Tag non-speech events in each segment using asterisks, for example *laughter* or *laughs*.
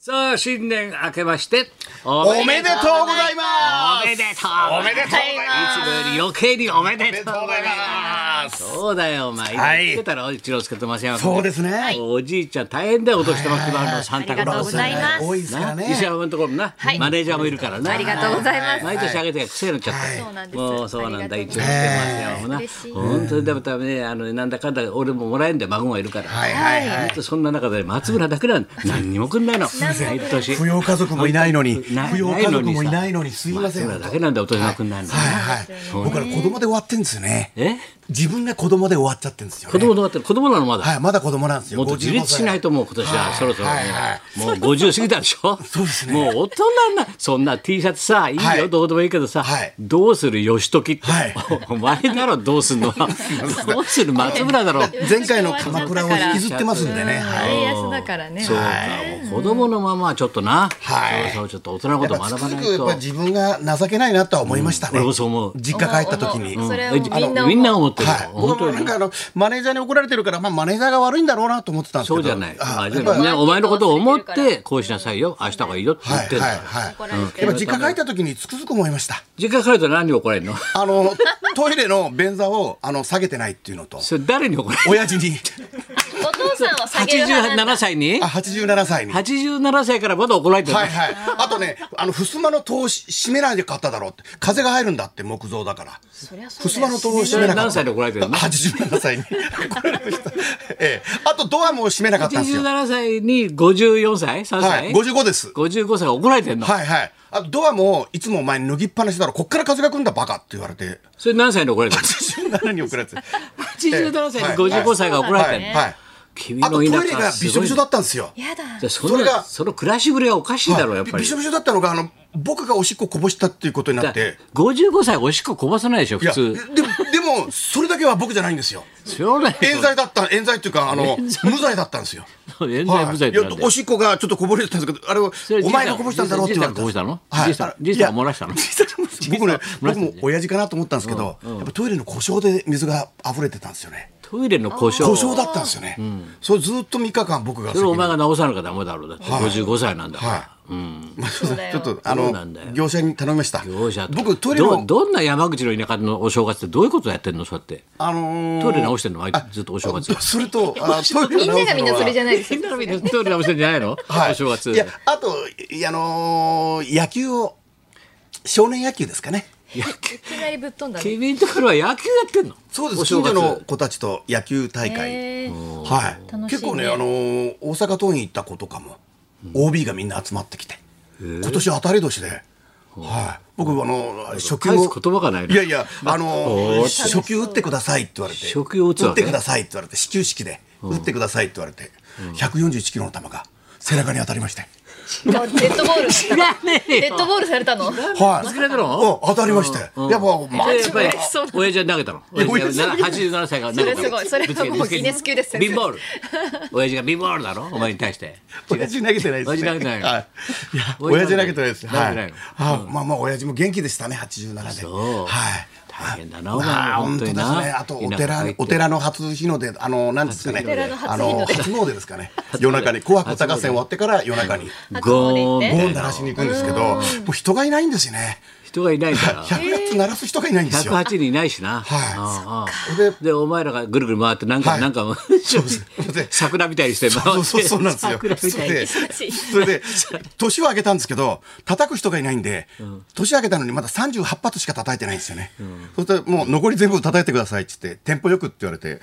さあ、新年明けまして、おおめでとうございますおめでとうおめでとうございますいつもより余計におめでおめでととううごござざいいま。ますすそうだよ、お前。はい言ってたら、一郎輔と増山君。そうですね。おじいちゃん大変だよ、お年玉決まるの、サンタありがとうございます多いですからなね。石山君のところもな、いマネージャーもいるからな。ありがとうございます毎年あげて癖になっちゃったよ。そうなんですもうそうなんだ、あり一が応としてうごますざよ。な嬉しい本当にでも多分ね、あの、なんだかんだ、俺ももらえんだよ、孫がいるから。はいはいはほんい。とそんな中で松村だけなん何にもくんないの。毎年。扶養家族もいないのに、な扶養家族もいないのにすいません。松村はだけなんだよ、お年玉くんないの。いはい。僕ら子供で終わってんですよね。え自分が子供で終わっちゃってんですよね。子供どうなってる子供なのまだ。はい、まだ子供なんですよ。もっと自立しないと。ともう今年はそろそろもう,、はいはいもう50過ぎたでしょそうですねもう大人なそんな T シャツさいいよ、はいどうでもいいけどさ、はいどうする義時って、はい *laughs* お前だろどうする *laughs* のはどうする松村だろ前回の鎌倉を引きずってますんでね。はい。円安だからね。そうか、もう子供のままはちょっとな、はいそうそうちょっと大人のことやっぱ学ばつくないづくやっとぱ自分が情けないなとは思いましたね。俺もそう思う実家帰った時に。思う思うそれはえもうみんな思みんな思うってる、はい、本僕当もになんかあのマネージャーに怒られてるから、まあ、マネージャーが悪いんだろうなと思ってたんですけそうどじゃない。ああじゃやっぱありね、お前のことを思って、こうしなさいよ、明日がいいよって言はっいてんだはかいら。はい怒られやてっるぱ実家帰った時につくづく思いました実家帰ると何に怒られるの *laughs* あのトイレの便座をあの下げてないっていうのとそれ誰に怒られる親父にお父さんは下げる派なんだ87歳にあ87歳にはい87歳からまだ怒られてる、はいあとねあの襖の戸をし閉めないで買っただろうって風が入るんだって木造だからそりゃそうだ襖よの戸を閉めなかった何歳で怒られてるの87歳に *laughs* 怒られましたええあとドアも閉めなかったんですよ87歳に54歳 ?3 歳、はい55です55歳が怒られてんの、はいはい。あとドアも、いつもお前脱ぎっぱなしだろ、こっから風が来るんだバカって言われて、それ何歳に怒られてる87に *laughs* 送られて。の ?87 歳に55歳が怒られてるはいの、はい。君あとのトイ田舎レがはすびしごょいびしょだったんですよ。やだじゃ。あそそれれががその暮らしぶりがおかしいだろ、やっびぱりびしょびしょだったのが、あの、僕がおしっここぼしたっていうことになって。 55歳おしっここぼさないでしょい普や、で通も、でも、それだけは僕じゃないんですよ。 *laughs* そうだよ冤罪だった、冤罪っていうか、*laughs* あの、無罪だったんですよ。冤罪無罪はいいやおしっこがちょっとこぼれてたんですけど、あれをそれ、お前がこぼしたんだろうって言われたんじでいすさんがこぼしたのはじいいさんあじいさんが漏らしたのいやじいさんも僕ね、漏らした僕んじゃないも親父かなと思ったんですけど、やっぱトイレの故障で水が溢れてたんですよね。トイレの故障故障だったんですよね。それずっと3日間僕がそれ責をお任前が直さなきゃダメだろうだって、55歳なんだから、はい。 *laughs* まあそうですねちょっとあそうなんだよの業者に頼みました。業者と僕トイレのどどんな山口の田舎のお正月ってどういうことやってんのそうやってあのートイレ直してんの毎ずっとお正月あそれとあトイレみんながみんなそれじゃゃないですみんなみんなトイレ直してんじゃないの、はい。お正月いやあといやあのー野球を少年野球ですかね。野球いきなりぶっ飛んだね。君のところは野球やってんのそうでおす。正近所月の子たちと野球大会。へーはい。楽しいね結構ね、あのー大阪桐蔭行った子とかも、OB がみんな集まってきて、今年当たり年で、はい。僕、あのー、初球返をす、言葉がないいのやいや、あのー、初球打ってくださいって言われて、初球を打つわっけてくださいって言われて、始球式で、打ってくださいって言われて、141キロの球が背中に当たりまして、デッドボール。知らねえデよッドボールされたの。はい。ぶつけられたのうん当たりまして、やっぱ、まあそれやっぱり親父は投げたの。や親父は87歳が投げたの。それすごいそれはもうぶつけてギネス級ですよビンボール。親父がビンボールだろお前に対して。 *laughs* 親父投げてないですね。親父投げてないのはい。いや、 *laughs* 親 *laughs* 親父父投投げてなげてないいでですす。投はげてないいの。あまあまあ親父も元気でしたね、87で。そうはい。大変だな、お前。まあ本当でにすね。なあとお田舎寺帰ってお寺の初日の出あのなんですかね。お寺の初日の出あの初詣です *laughs* かね。夜中に紅白歌合戦終わってから夜中にゴーンゴーン鳴らしに行くんですけど、もう人がいないんですよね。人がいないから。百やつ鳴らす人がいないんですよ。 108人いないしな。はうんうんでで、お前らがぐるぐる回って、なんか、はいなんかもう、で桜みたいにして回って。そうそうそうなんですよ。桜みたいに。それしいで、それで年を上げたんですけど、叩く人がいないんで、年を上げたのにまだ38発しか叩いてないんですよね。そしたらもう残り全部叩いてくださいって言って、テンポよくって言われて、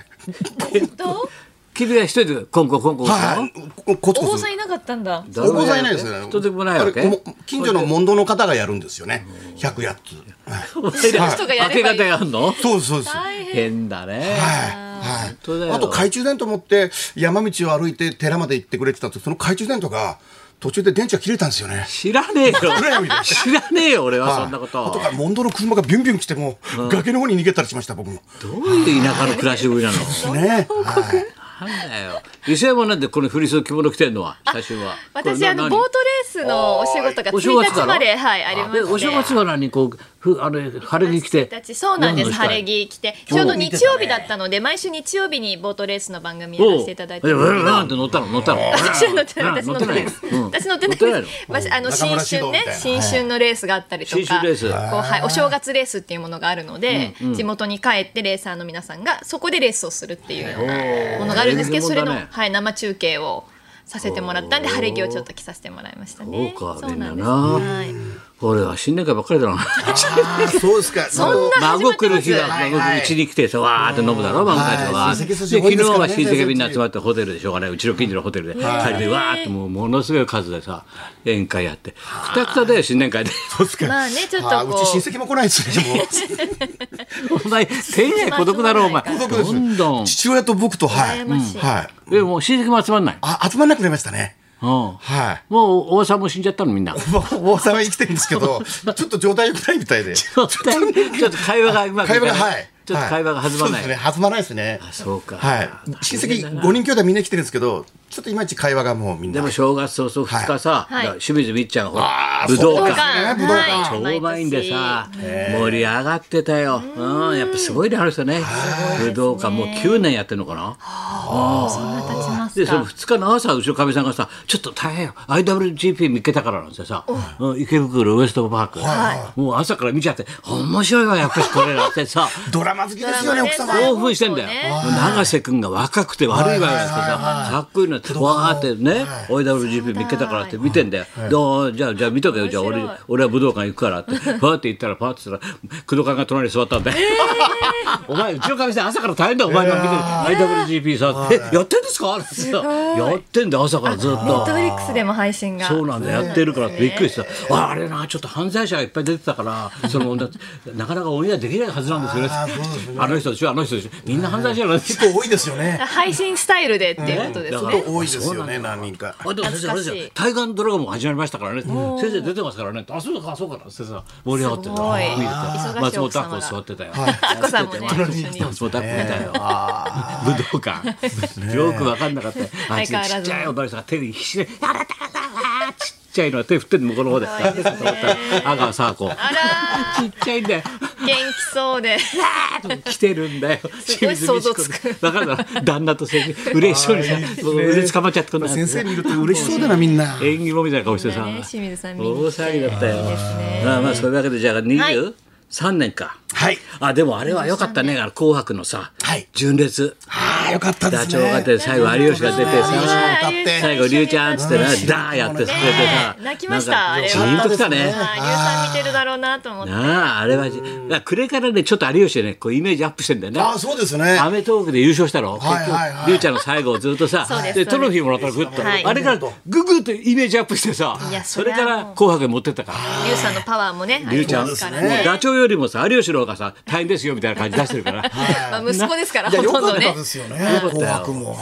ど君は一人でコンコンコンコンしたのはい、コツう？おコ坊ツさん。いなかったんだ。だお坊さんいないですよね。人でもないわけあれもう近所の問答の方がやるんですよね。100やつ。はいの人がやればい明いけ方やんのそうですそうです。はい大変。変だね。はい当だよあと懐中電灯持って山道を歩いて寺まで行ってくれてたとその懐中電灯が途中で電池が切れたんですよね。知らねえよ。暗闇で知らねえよ、俺ははいそんなこと。あとからモンドの車がビュンビュン来てもう、崖の方に逃げたりしました僕も。どういう田舎の暮らしぶりなのね。はいなんだよ吉山なんでこの振り袖着物着てんのは写真はこ私れあな何のボートレースのお仕事がお正月1か日らまではいありましてでお正月は何こうふあれ晴れ着着て1日そうなんです晴れ着着てちょうど見日てたね曜日だったので毎週日曜日にボートレースの番組やらせていただいてるるんですけどんって乗ったの乗ったの私は乗ってうないん私乗ってないですうん私乗ってない乗ってないのです私あの中新村獅春童ねみたいな新春のレースがあったりとか新春レースこうはいお正月レースっていうものがあるので地元に帰ってレーサーの皆さんがそこでレースをするっていうようなものがあるんですけどへーそれのいいもんだねはい生中継をさせてもらったんでおー晴れ着をちょっと着させてもらいましたねそうかそうなみんんでなすなはい俺は新年会ばっかりだなあーそうですか。そんな始ま孫って来まる日すははい孫は来いうちに来てさわーって飲むだろ孫たちははいで親昨戚日筋多いですからはね親戚みんな集まってホテルでしょうがないうちの近所のホテルで帰りでわーってもうものすごい数でさ宴会やってくたくただよ新年会でそうですか。まあねちょっとあーこううち親戚も来ないですね。も *laughs* うお前天涯孤独だろお前孤独でどすんどん父親と僕とはい、羨ましいうんはいでもう親戚も集まんないあ集まんなくなりましたねうんもはう王さんも死んじゃったのみんないお坊さんは生きてるんですけどちょっと状態良くないみたいでちょっと会話がうまくい会か話ないがはいちょっと会話が弾まなはいいそうですね弾まないですねあそうかはい親戚五人兄弟みんな来てるんですけどちょっといまいち会話がもうみんでなも正月早々2日さ、はいだから清水みっちゃんがほらあー武道そう館ですね武武道館はい超満員でさ盛り上がってたよ、うん、やっぱすごいねあの人ね武道館もう9年やってるのかなそんな経ちますでそのか2日の朝うちのかみさんがさ「ちょっと大変よ IWGP 見っけたから」なんてさ、うん、池袋ウエストパーク、もう朝から見ちゃって「面白いわやっぱしこれ」なんてさドラマ好きですよね奥様ドラマね興奮してんだよ、もう永瀬君が若くて悪いわよってはいはいはいさはいかっこいいのってわーってね IWGP 見っけたからって見てんだよ「どうじゃあじゃあ見とけよじゃあ俺面白い俺は武道館行くから」ってパーって行ったらパーって言ったら工藤官が隣に座ったんだよ *laughs* お前うちのかみさん朝から大変だお前の見てる IWGP さ「えやってんですか?」ってさ「やってんだよ朝からずっネッとト。フリックスでも配信がそうなんだやってるからってびっくりした、ああれなちょっと犯罪者がいっぱい出てたからそのだってなかなかオンエアできないはずなんですよねあーそうですねあの人でしょあの人でしょみんな犯罪者なんですよ結 *laughs* 構多いですよね配信スタイルでっていうことですだかねら多いですよね何人かあでも先生あれですよ懐対岸ドラゴンも始まりましたからね先生出てますからねあそうかそうかな先生盛り上がってすごい見てた忙しい松奥本様明子が座ってたよあこさんもね隣に来てま松本明子見たよあ武道館よく分かんなかったよあっち相変でわちらずっちゃいおばあさんが手に必死で「あらたらたらちっちゃいのは手振ってんの向こうの方で可愛いです *laughs* ね阿川佐和子あらちっちゃいんだよー元気そうで来てるんだよ。すごい想像つく清水ミチ子だから旦那と先生嬉しそうにさ、もう腕捕まっちゃってこんなー先生見ると嬉しそうだなみんな縁起もみたいな顔してさ、ね清水さん大見に来て騒ぎだったよ。いいですねまあまあそういうわけでじゃあはい23年か。はいあでもあれは良かったね。あの紅白のさはい、純烈ああよかったでダすねチョウが出て最後有吉が出て有吉さ。も歌って最後、りゅうちゃんっつってな、ダうんーやってくれてさね、泣きましたなんかあれはジーンときたね。はいリュウさん見てるだろうなと思ってなあ、あれは、くれからね、ちょっと有吉ね、こうイメージアップしてんだよね。ああそうです *laughs* ねアメトークで優勝したろ、はいはい結は局いりゅうちゃんの最後をずっとさそうですそうですトロフィーもらったらグッと、はいあれからググッとイメージアップしてさいやそそれれかはもうら「紅白」に持ってったからリュウさんのパワーもねりゅうちゃんあもりまうすからねダチョウよりもさ有吉の方がさ大変ですよみたいな感じ出してるからまあ息子ですからいやほよとんかどったねですよねよ紅白も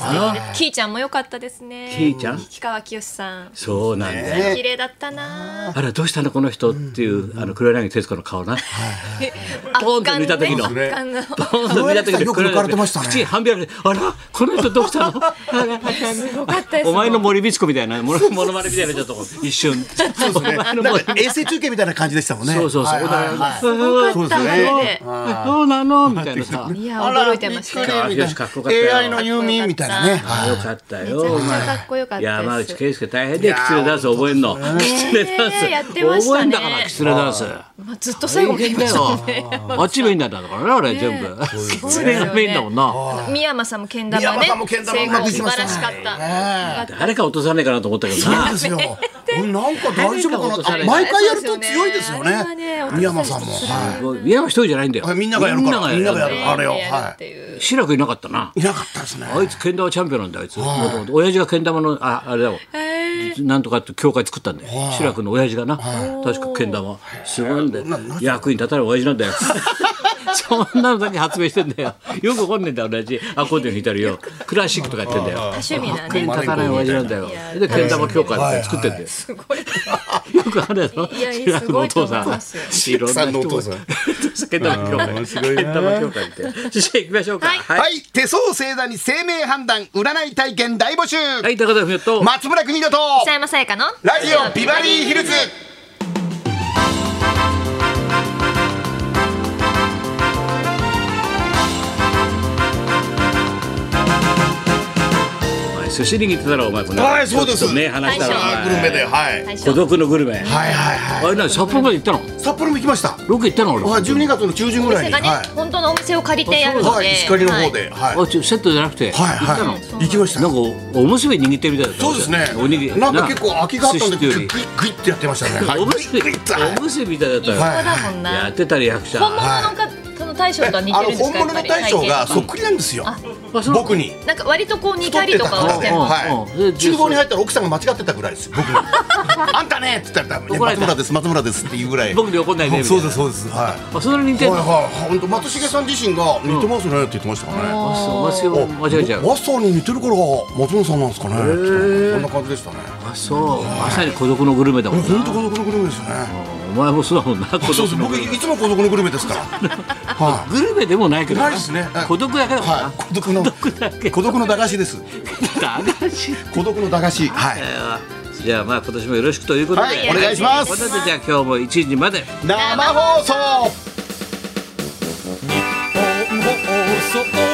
キーちゃんも良かったですねキーちゃん氷川きよしさんそうなんだよ。ね綺麗だったなあらどうしたのこの人っていう、あの黒柳徹子の顔な。ポンと見た時の圧巻のポンと見た時の黒柳さんよく抜かれてましたね口半開きであらこの人どうしたの？かった *laughs* ですお前の森光子みたいなものものまねみたいなちょっと一瞬。そうねなんか衛星中継みたいな感じでしたもんねそうそうはいはいはいそうすごかったそうそうあれねそうなのみたいなさ。いやあら驚いてましたよあみたいよなしかっこよかったよ AI の入眠みたいなねあよかったよ。めちゃくちゃお前かっこよかったです山内圭介大変で、キツネダンス覚えんの。キツネダンス。ねえやってました覚えねんだから、キツネダンス。まあずっと最大後変だよ。あっちメインなんだからね、あれ全部。キツネがメインだもんな。三山さんもけん玉ね三山さんもけん玉うまくいき成まし功素晴たらねしかった誰か落とさねえかなと思ったけ *laughs* どそうな。ですよ。俺なんか大丈夫かな。誰あか毎回やると強いですよあれはねね。三山さんも。は宮山一人じゃないんだよ。い。みんながやるから。みんながやるる。あれを。やるっはていう白くいなかったな。い。いなかったですね。あいつけん玉チャンピオンなんだよあいつ。もともと親父がけん玉のああれだもん。なんとかって教会作ったんだよ。志 *laughs* らくの親父がな。確かけん玉すごいんだよ。役に立たない親父なんだよ。そんなのだけ発明してんだよよく本年と同じアコーディオン弾いてるよクラシックとかやってんだよ多趣味な手にねあ立たない親父なんだよいやでけん玉強化って作ってんだよすごいよくあるやろいや白くのお父さすごんいと思いますいろ白くさんのお父さん *laughs* 人けん玉協あー会面白いなけん玉協会って師匠行きましょうかはいははい、手相星座に生命判断占い体験大募集、はい高田文夫と松村邦洋と北山さやかのラジオビバリーヒルズお前寿司握ってたらお前こんなはいそうですちょっとね話したらはいおグル前メではい最孤初独のグルメはいはいあはれな札幌まで行ったのい札幌も行きましたロケ行ったの俺はい12月の中旬おぐらい店にがねはい本当のお店を借りてやるのはいで石狩の方ではいはあちょセットじゃなくてい行ったのはない行きましたんかおおむすび握ってるみたいだったそうですねおにぎりなんか結構空きがあったんで寿司ていうグイよりッグイッグイッってやってましたねはいおむすびグイッグイッとはいおむすびみたいだったよははいそうだもんやっなてたり役者本物のかその大将とは似てあるんのです本か物の大将がそっくりなんですよあそう僕になんか割とこう似たりとかをし太っててた方もではうんうん厨房に入ったら奥さんが間違ってたぐらいです僕 *laughs* にあんたねって言ったら多分ね怒られ松た村です松村ですっていうぐらい僕に怒んないでみたいなそうですはいあそんなに似てんはいのはい本当松重さん自身が似てますねって言ってましたからね。あそう松お重間違えちゃうマスターに似てるから松本さんなんですかね。そんな感じでしたね。あそうまさに孤独のグルメだもんな本当孤独のグルメですよね。お前もそうだもんな孤そ独うです。の僕グルメいつも孤独のグルメです *laughs* から。はグルメでもないけい。どないですね。はい孤独だけだもんなはい。孤独のだけ孤独の駄菓子です。 *laughs* 駄菓子孤独の駄菓子。はい。じゃあまあ今年もよろしくということで、はいお願いしますということでじゃあ今日も1時まで生放送。放送